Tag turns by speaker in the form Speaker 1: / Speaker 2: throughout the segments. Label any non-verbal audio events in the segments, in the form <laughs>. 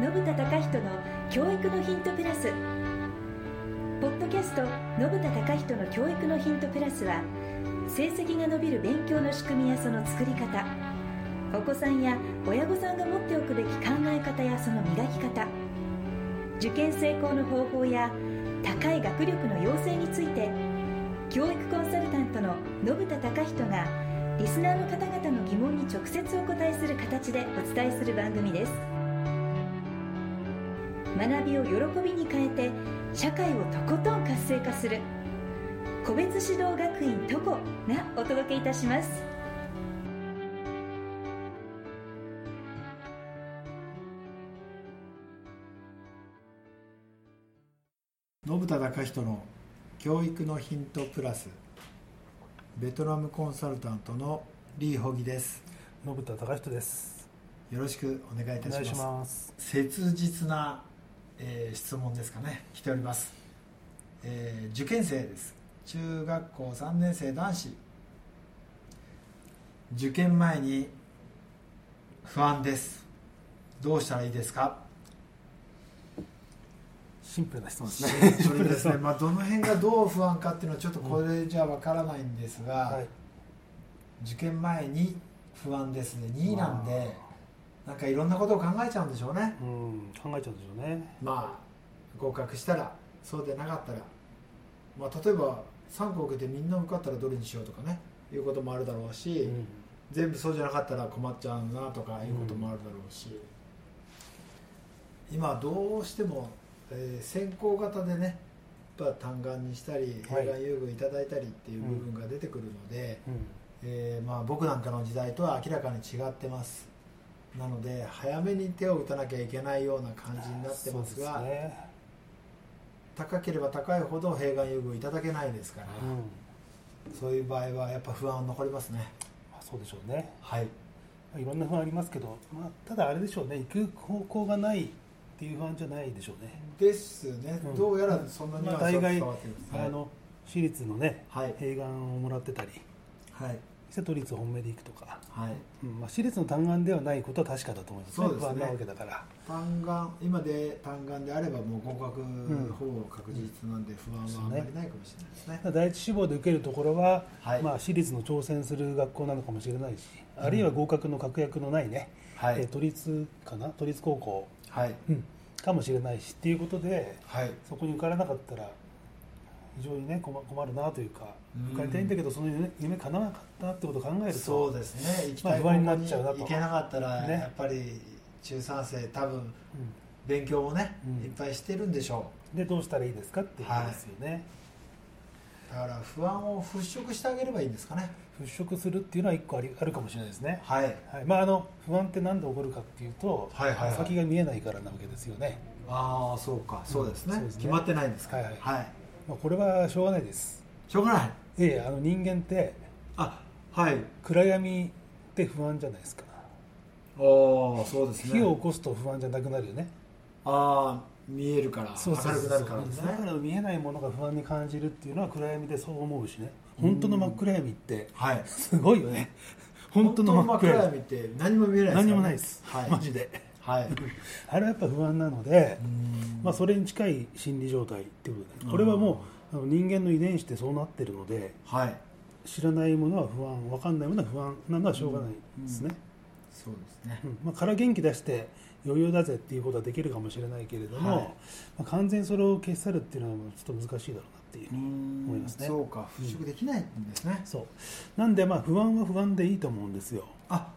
Speaker 1: 信田隆人の教育のヒントプラスポッドキャスト「信田隆人の教育のヒントプラスは」成績が伸びる勉強の仕組みやその作り方お子さんや親御さんが持っておくべき考え方やその磨き方受験成功の方法や高い学力の養成について教育コンサルタントの信田隆人がリスナーの方々の疑問に直接お答えする形でお伝えする番組です学びを喜びに変えて社会をとことん活性化する個別指導学院トコがお届けいたします
Speaker 2: 信田隆人の教育のヒントプラスベトナムコンサルタントのリー・ホギです
Speaker 3: 信田隆人です
Speaker 2: よろしくお願いい
Speaker 3: お
Speaker 2: たし
Speaker 3: 願
Speaker 2: ま
Speaker 3: い
Speaker 2: す
Speaker 3: します
Speaker 2: 切実な、えー質問ですかね来ております、えー受験生です中学校3年生男子受験前に不安ですどうしたらいいです
Speaker 3: <laughs>
Speaker 2: か
Speaker 3: シンプルな質問ですね
Speaker 2: それですね、まあ、どの辺がどう不安かっていうのはちょっとこれじゃわからないんですが、
Speaker 3: はい
Speaker 2: 受験前に不安ですね2位なんでなんかいろんなことを考えちゃうんでしょうね
Speaker 3: うん考えちゃうんでしょうね
Speaker 2: まあ合格したらそうでなかったら、まあ、例えば3個受けてみんな受かったらどれにしようとかねいうこともあるだろうし、
Speaker 3: うん
Speaker 2: 全部そうじゃなかったら困っちゃうなとかいうこともあるだろうし、今どうしても、えー先行型でねやっぱ単眼にしたり
Speaker 3: は
Speaker 2: 平
Speaker 3: い
Speaker 2: 眼優遇いただいたりっていう部分が出てくるので、
Speaker 3: うん
Speaker 2: えーまあ、僕なんかの時代とは明らかに違ってますなので早めに手を打たなきゃいけないような感じになってますが
Speaker 3: そうですね
Speaker 2: 高ければ高いほど平眼優遇いただけないですから、
Speaker 3: うん
Speaker 2: そういう場合はやっぱ不安は残りますね
Speaker 3: まあそうでしょうね
Speaker 2: はい
Speaker 3: いろんな不安ありますけどまあただあれでしょうね行く方向がないっていう不安じゃないでしょうね
Speaker 2: ですね、
Speaker 3: うん
Speaker 2: どうやらそんなには
Speaker 3: まあ大概
Speaker 2: 伝わってるんですね
Speaker 3: あの私立のね
Speaker 2: はい
Speaker 3: 併願をもらってたり
Speaker 2: はい
Speaker 3: 瀬戸立本命で行くとか
Speaker 2: はい
Speaker 3: うんまあ私立の単眼ではないことは確かだと思いますね
Speaker 2: そうですね
Speaker 3: 不安なわけだから
Speaker 2: 単眼今で単眼であればもう合格、
Speaker 3: ん
Speaker 2: ほぼ確実なんで不安はあんまりないかもしれないですね
Speaker 3: ただ第一志望で受けるところは、
Speaker 2: はい
Speaker 3: まあ、私立の挑戦する学校なのかもしれないし、あるいは合格の確約のないね、
Speaker 2: は
Speaker 3: えー
Speaker 2: い
Speaker 3: 都立かな都立高校、
Speaker 2: はい
Speaker 3: うんかもしれないしっていうことで
Speaker 2: はい
Speaker 3: そこに受からなかったら非常にね困困るなというか、
Speaker 2: うん
Speaker 3: 受かりたいんだけどその夢夢叶わなかったってことを考えると
Speaker 2: そうですね行きたい
Speaker 3: まあ不安にな
Speaker 2: 方
Speaker 3: っちゃうな
Speaker 2: 向
Speaker 3: と
Speaker 2: に行けなかったら、
Speaker 3: ね
Speaker 2: やっぱり中3生多分
Speaker 3: うん
Speaker 2: 勉強もね、
Speaker 3: うん
Speaker 2: いっぱいしてるんでしょ
Speaker 3: でどうしたらいいですかっていうことですよね、
Speaker 2: うだから不安を払拭してあげればいいんですかね
Speaker 3: 払拭するっていうのは一個ありあるかもしれないですね、
Speaker 2: はい
Speaker 3: はいまあ、あの不安って何で起こるかっていうと、
Speaker 2: はいはいはい
Speaker 3: 先が見えないからなわけですよね
Speaker 2: ああそうかそうですね,、
Speaker 3: そうですね
Speaker 2: 決まってないんですか
Speaker 3: はいはい
Speaker 2: はい、
Speaker 3: まあ、これはしょうがないです
Speaker 2: しょうがない
Speaker 3: いやいやあの人間って
Speaker 2: あはい
Speaker 3: 暗闇って不安じゃないですか
Speaker 2: ああそうですね
Speaker 3: 火を起こすと不安じゃなくなるよね
Speaker 2: ああ見えるから明るくなるからです
Speaker 3: だか
Speaker 2: ね
Speaker 3: ら見えないものが不安に感じるっていうのは暗闇でそう思うしね本当の真っ暗闇って
Speaker 2: はい
Speaker 3: すごいよね本当の真っ暗闇
Speaker 2: 見て何も見えないからね
Speaker 3: 何もないです、
Speaker 2: はい
Speaker 3: マジで
Speaker 2: はい
Speaker 3: あれはやっぱ不安なので
Speaker 2: う、ん
Speaker 3: まあ、それに近い心理状態っていうこと
Speaker 2: う
Speaker 3: で
Speaker 2: ん
Speaker 3: これはもうあの人間の遺伝子ってそうなってるので
Speaker 2: はい
Speaker 3: 知らないものは不安分かんないものは不安なのはしょうがないですね、
Speaker 2: そうですね
Speaker 3: うんまあ、から元気出して余裕だぜっていうことはできるかもしれないけれども、
Speaker 2: はい
Speaker 3: まあ、完全にそれを消し去るっていうのはちょっと難しいだろうなっていう、
Speaker 2: 思
Speaker 3: いますね
Speaker 2: そうか払拭できないんですね、
Speaker 3: そうなんでまあ不安は不安でいいと思うんですよ、
Speaker 2: あ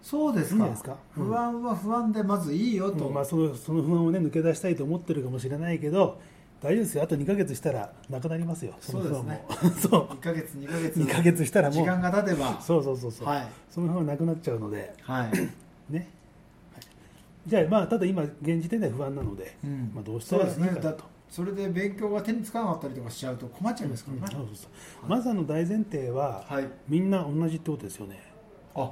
Speaker 2: そうです
Speaker 3: いいんじ
Speaker 2: か
Speaker 3: ゃないですかうん
Speaker 2: 不安は不安でまずいいよと、
Speaker 3: まあ、そのその不安をね抜け出したいと思ってるかもしれないけど大丈夫ですよあと2ヶ月したらなくなりますよの不安も <laughs> そう
Speaker 2: 1ヶ月2ヶ月
Speaker 3: 2ヶ月したらもう
Speaker 2: 時間が経てば
Speaker 3: そうそうそうそう、
Speaker 2: はい
Speaker 3: その不安はなくなっちゃうので
Speaker 2: はい、
Speaker 3: ね、はいじゃあまあただ今現時点では不安なので、
Speaker 2: うん
Speaker 3: まあ、どうしたらいいか
Speaker 2: そうですね
Speaker 3: な
Speaker 2: だ
Speaker 3: と。
Speaker 2: それで勉強が手につかなかったりとかしちゃうと困っちゃいますから
Speaker 3: そう
Speaker 2: ね、
Speaker 3: そうそうまずあの大前提は、
Speaker 2: はい
Speaker 3: みんな同じってことですよね
Speaker 2: あ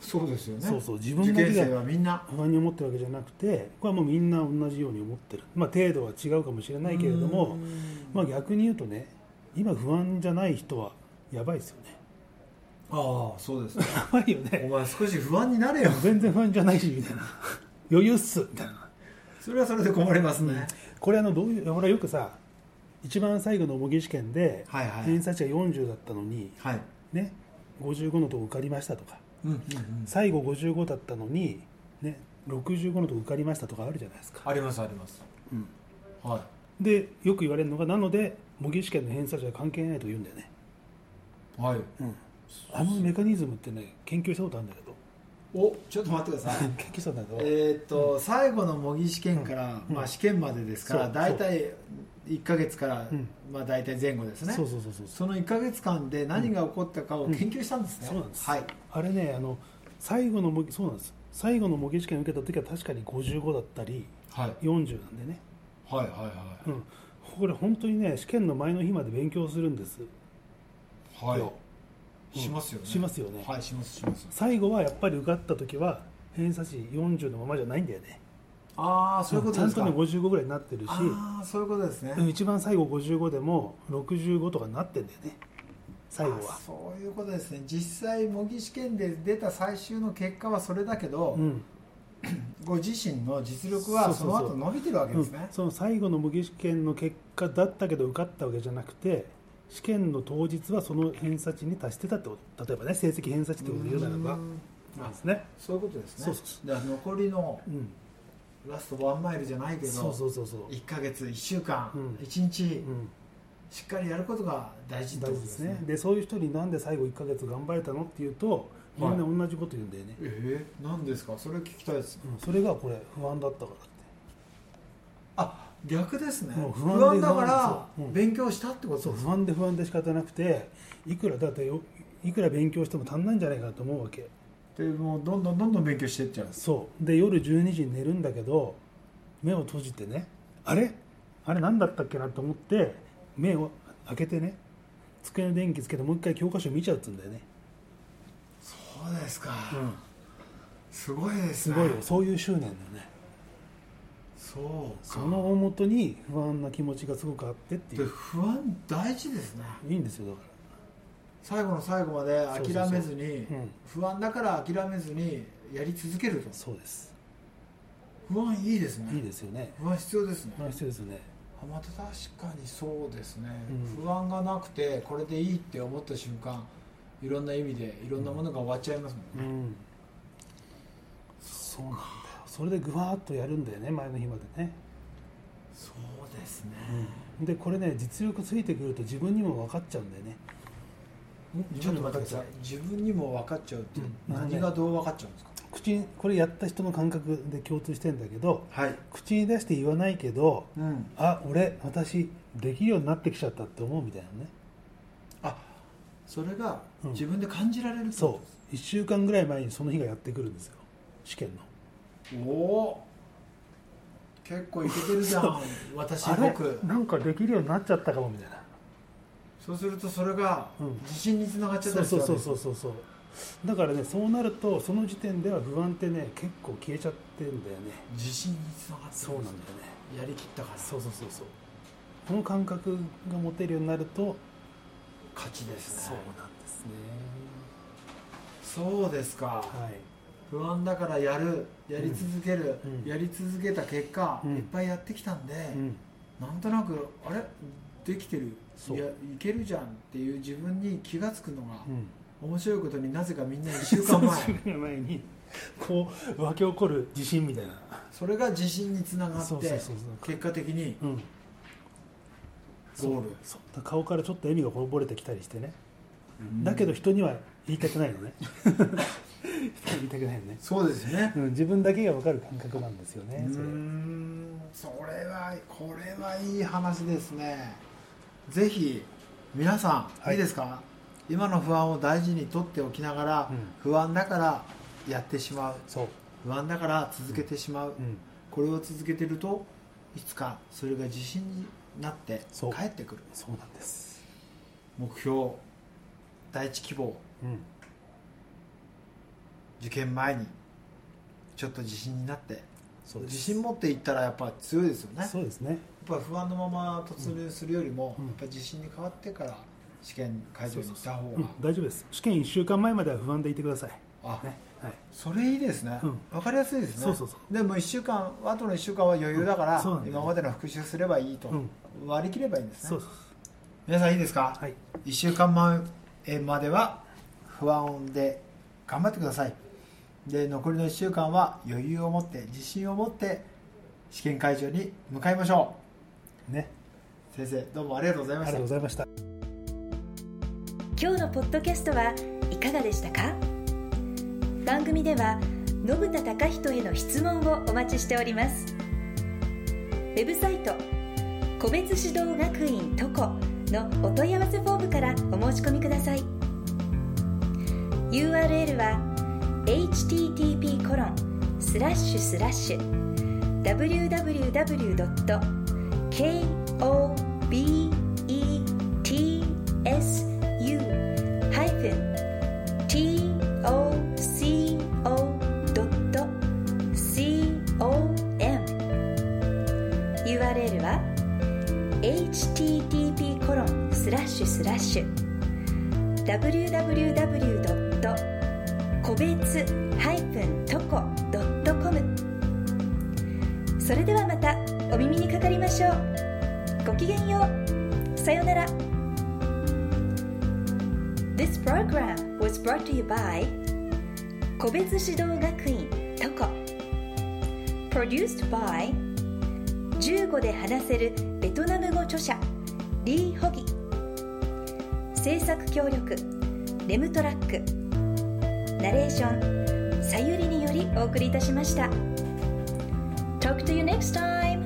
Speaker 2: そうですよね
Speaker 3: そうそう自
Speaker 2: 受
Speaker 3: 分だ
Speaker 2: 験
Speaker 3: け
Speaker 2: 生
Speaker 3: が
Speaker 2: はみんな
Speaker 3: 不安に思ってるわけじゃなくてこれはもうみんな同じように思ってるまあ程度は違うかもしれないけれど
Speaker 2: う
Speaker 3: も
Speaker 2: ん
Speaker 3: まあ逆に言うとね今不安じゃない人はやばいですよね
Speaker 2: ああそう <laughs> ですね
Speaker 3: やばいよね
Speaker 2: お前少し不安になれよ
Speaker 3: 全然不安じゃないしみたいな余裕っすみたいな
Speaker 2: それはそれで困りますね、
Speaker 3: これあのどういうほらよくさ一番最後の模擬試験で
Speaker 2: はいはい
Speaker 3: 偏差値が40だったのに、
Speaker 2: はい
Speaker 3: ね、55のとこ受かりましたとか
Speaker 2: うんうんうん
Speaker 3: 最後55だったのに、ね、65のとこ受かりましたとかあるじゃないですか、
Speaker 2: ありますあります
Speaker 3: うん
Speaker 2: はい
Speaker 3: でよく言われるのがなので模擬試験の偏差値は関係ないと言うんだよね、
Speaker 2: はい
Speaker 3: あのメカニズムってね研究したことあるんだけど
Speaker 2: おちょっと待ってください
Speaker 3: 研究したんだけど、
Speaker 2: えーっと、最後の模擬試験から、
Speaker 3: うん
Speaker 2: まあ、試験までですから、
Speaker 3: そう
Speaker 2: 大体1か月から、
Speaker 3: うん
Speaker 2: まあ、大体前後ですね
Speaker 3: そうそうそうそう
Speaker 2: その1か月間で何が起こったかを研究したんですね、
Speaker 3: そうなんです、
Speaker 2: はい
Speaker 3: あれねあの最後の模擬そうなんです最後の模擬試験受けた時は確かに55だったり
Speaker 2: はい
Speaker 3: 40なんでね、
Speaker 2: はいはいは
Speaker 3: うん、これ本当にね試験の前の日まで勉強するんです
Speaker 2: いはい、
Speaker 3: ようん
Speaker 2: しますよね
Speaker 3: しますよね
Speaker 2: はいしますします
Speaker 3: 最後はやっぱり受かった時は偏差値40のままじゃないんだよね
Speaker 2: ああそういうことです
Speaker 3: ち
Speaker 2: か、
Speaker 3: ゃんとね55ぐらいになってるし
Speaker 2: ああそういうことですね、
Speaker 3: うん一番最後55でも65とかになってんだよね最後
Speaker 2: あ
Speaker 3: は
Speaker 2: そういうことですね実際模擬試験で出た最終の結果はそれだけど、
Speaker 3: うん
Speaker 2: ご自身の実力はそ
Speaker 3: そうそう
Speaker 2: の
Speaker 3: そう
Speaker 2: 後伸びてるわけですね、
Speaker 3: うんその最後の模擬試験の結果だったけど受かったわけじゃなくて試験の当日はその偏差値に達してたってこと例えばね成績偏差値ってことで言うならば
Speaker 2: うん
Speaker 3: なんですね
Speaker 2: そういうことですね
Speaker 3: そうそうそ
Speaker 2: だから残りの
Speaker 3: うん
Speaker 2: ラストワンマイルじゃないけど
Speaker 3: そうそうそうそう
Speaker 2: 1か月1週間、
Speaker 3: うん
Speaker 2: 一1日
Speaker 3: うん
Speaker 2: しっかりやることが大事って
Speaker 3: 大
Speaker 2: こと
Speaker 3: 事で
Speaker 2: ですす
Speaker 3: ね
Speaker 2: ね
Speaker 3: でそういう人になんで最後1か月頑張れたのっていうとみんな同じこと言うんだよね、
Speaker 2: ええ何ですかそれ聞きたいです
Speaker 3: うん、それがこれ不安だったからって
Speaker 2: あ逆ですね
Speaker 3: もう
Speaker 2: 不
Speaker 3: 不
Speaker 2: 安
Speaker 3: 安で
Speaker 2: だか
Speaker 3: そうう
Speaker 2: ら
Speaker 3: ん
Speaker 2: 勉強したってこと
Speaker 3: そう
Speaker 2: です
Speaker 3: 不安で不安で仕方なくていくらだってよいくら勉強しても足んないんじゃないかなと思うわけ
Speaker 2: でもうどんどんどんどん勉強していっちゃうんです
Speaker 3: そうで夜12時に寝るんだけど目を閉じてねあれあれ何だったっけなと思って目を開けてね机の電気つけてもう一回教科書見ちゃうっつうんだよね、
Speaker 2: そうですか、すごいです
Speaker 3: す
Speaker 2: ね
Speaker 3: ごいよそういう執念だよね
Speaker 2: そうか
Speaker 3: その大元に不安な気持ちがすごくあってってい
Speaker 2: で
Speaker 3: う
Speaker 2: 不安大事ですね
Speaker 3: いいんですよだか
Speaker 2: 最後の最後まで諦めずに
Speaker 3: そうそうそううん
Speaker 2: 不安だから諦めずにやり続けると
Speaker 3: らそうです
Speaker 2: 不安いいです
Speaker 3: いい
Speaker 2: ね
Speaker 3: ですよね
Speaker 2: 不安必要ですね
Speaker 3: まあ必要ですよね
Speaker 2: あまた確かにそうですね、
Speaker 3: うん
Speaker 2: 不安がなくてこれでいいって思った瞬間いろんな意味でいろんなものが終わっちゃいますもんね、
Speaker 3: うんそうなんだよそれでぐわーっとやるんだよね前の日までね
Speaker 2: そうですね、
Speaker 3: でこれね実力ついてくると自分にも分かっちゃうんだよね
Speaker 2: んちょっと待ってください自分にも分かっちゃうって
Speaker 3: うん
Speaker 2: 何がどう分かっちゃうんですか、
Speaker 3: 口にこれやった人の感覚で共通してんだけど
Speaker 2: はい、
Speaker 3: 口に出して言わないけど
Speaker 2: うん、
Speaker 3: あ俺私できるようになってきちゃったって思うみたいなね
Speaker 2: あそれが
Speaker 3: うん
Speaker 2: 自分で感じられるってこ
Speaker 3: そう1週間ぐらい前にその日がやってくるんですよ試験の
Speaker 2: とですおおー結構いけてるじゃん私僕
Speaker 3: なんかできるようになっちゃったかもみたいな
Speaker 2: そうするとそれが
Speaker 3: うん
Speaker 2: 自信につながっちゃった
Speaker 3: そう
Speaker 2: りす
Speaker 3: そ
Speaker 2: る
Speaker 3: う
Speaker 2: わ
Speaker 3: そ
Speaker 2: けで
Speaker 3: う
Speaker 2: す
Speaker 3: そうそうそうだからねそうなるとその時点では不安ってね結構消えちゃってんだよね
Speaker 2: 自信につながって
Speaker 3: そうなんだよね
Speaker 2: やりきったから
Speaker 3: そうそうそうそうこの感覚が持てるようになると
Speaker 2: 勝ちですね
Speaker 3: なんですね
Speaker 2: そうですか
Speaker 3: はい
Speaker 2: 不安だからやるやり続ける、
Speaker 3: うん
Speaker 2: やり続けた結果、
Speaker 3: うん
Speaker 2: いっぱいやってきたんで、
Speaker 3: うん
Speaker 2: なんとなくあれできてる
Speaker 3: そう
Speaker 2: いやいけるじゃんっていう自分に気が付くのが、
Speaker 3: うん
Speaker 2: 面白いことになぜかみんな1週間前
Speaker 3: 前にこう湧き起こる地震みたいな
Speaker 2: それが自信につながっ
Speaker 3: そ
Speaker 2: て
Speaker 3: うそうそう
Speaker 2: 結果的に
Speaker 3: そう、うん、
Speaker 2: ゴール
Speaker 3: そうだ顔からちょっと笑みがこぼれてきたりしてね、だけど人には言いたくないの <laughs> ね人には言いたくないのね、
Speaker 2: そうですね
Speaker 3: うん、自分だけが分かる感覚なんですよ
Speaker 2: う
Speaker 3: ねそれ
Speaker 2: ーんそれはこれはいい話ですねぜひ皆さん、
Speaker 3: はい
Speaker 2: い、いですか今の不安を大事にとっておきながら、
Speaker 3: うん
Speaker 2: 不安だからやってしまう
Speaker 3: そう、
Speaker 2: 不安だから続けてしまう、
Speaker 3: うん、
Speaker 2: これを続けてるといつかそれが自信になって
Speaker 3: そう
Speaker 2: 帰ってくる
Speaker 3: そうなんです、
Speaker 2: 目標第一希望
Speaker 3: うん、
Speaker 2: 受験前にちょっと自信になって
Speaker 3: そうです
Speaker 2: 自信持っていったらやっぱ強いですよねやっ
Speaker 3: そうですね
Speaker 2: ぱ不安のまま突入するよりも、
Speaker 3: うん
Speaker 2: やっぱ自信に変わってから試験会場に行った方が
Speaker 3: うん、大丈夫です試験1週間前までは不安でいてください
Speaker 2: あ
Speaker 3: ねはい、
Speaker 2: それいいですね、
Speaker 3: うん
Speaker 2: 分かりやすいですね
Speaker 3: そうそうそ
Speaker 2: でも1週間あとの1週間は余裕だから、
Speaker 3: うんそうなんだよ
Speaker 2: 今までの復習すればいいと、
Speaker 3: うん
Speaker 2: 割り切ればいいんですね
Speaker 3: そうそう
Speaker 2: 皆さんいいですか、
Speaker 3: はい
Speaker 2: 1週間前までは不安で頑張ってくださいで残りの1週間は余裕を持って自信を持って試験会場に向かいましょ
Speaker 3: そうね
Speaker 2: う先生どうもありがとうござい
Speaker 3: あ
Speaker 2: ま
Speaker 3: り
Speaker 2: した
Speaker 3: がとうございました
Speaker 1: 今日のポッドキャストはいかがでしたか番組では信田貴人への質問をお待ちしておりますウェブサイト「個別指導学院トコ」のお問い合わせフォームからお申し込みください URL は http コロンスラッシュスラッシュ www. kobetsu-toco.jp ドット URL は http コロンスラッシュスラッシュ www. 個別 -toco.com それではまたお耳にかかりましょうごきげんようさようなら This program was brought to you by 個別指導学院 TOCO Produced by 15で話せるベトナム語著者リー・ホギ制作協力レムトラックナレーションさゆりによりお送りいたしました Talk to you next time!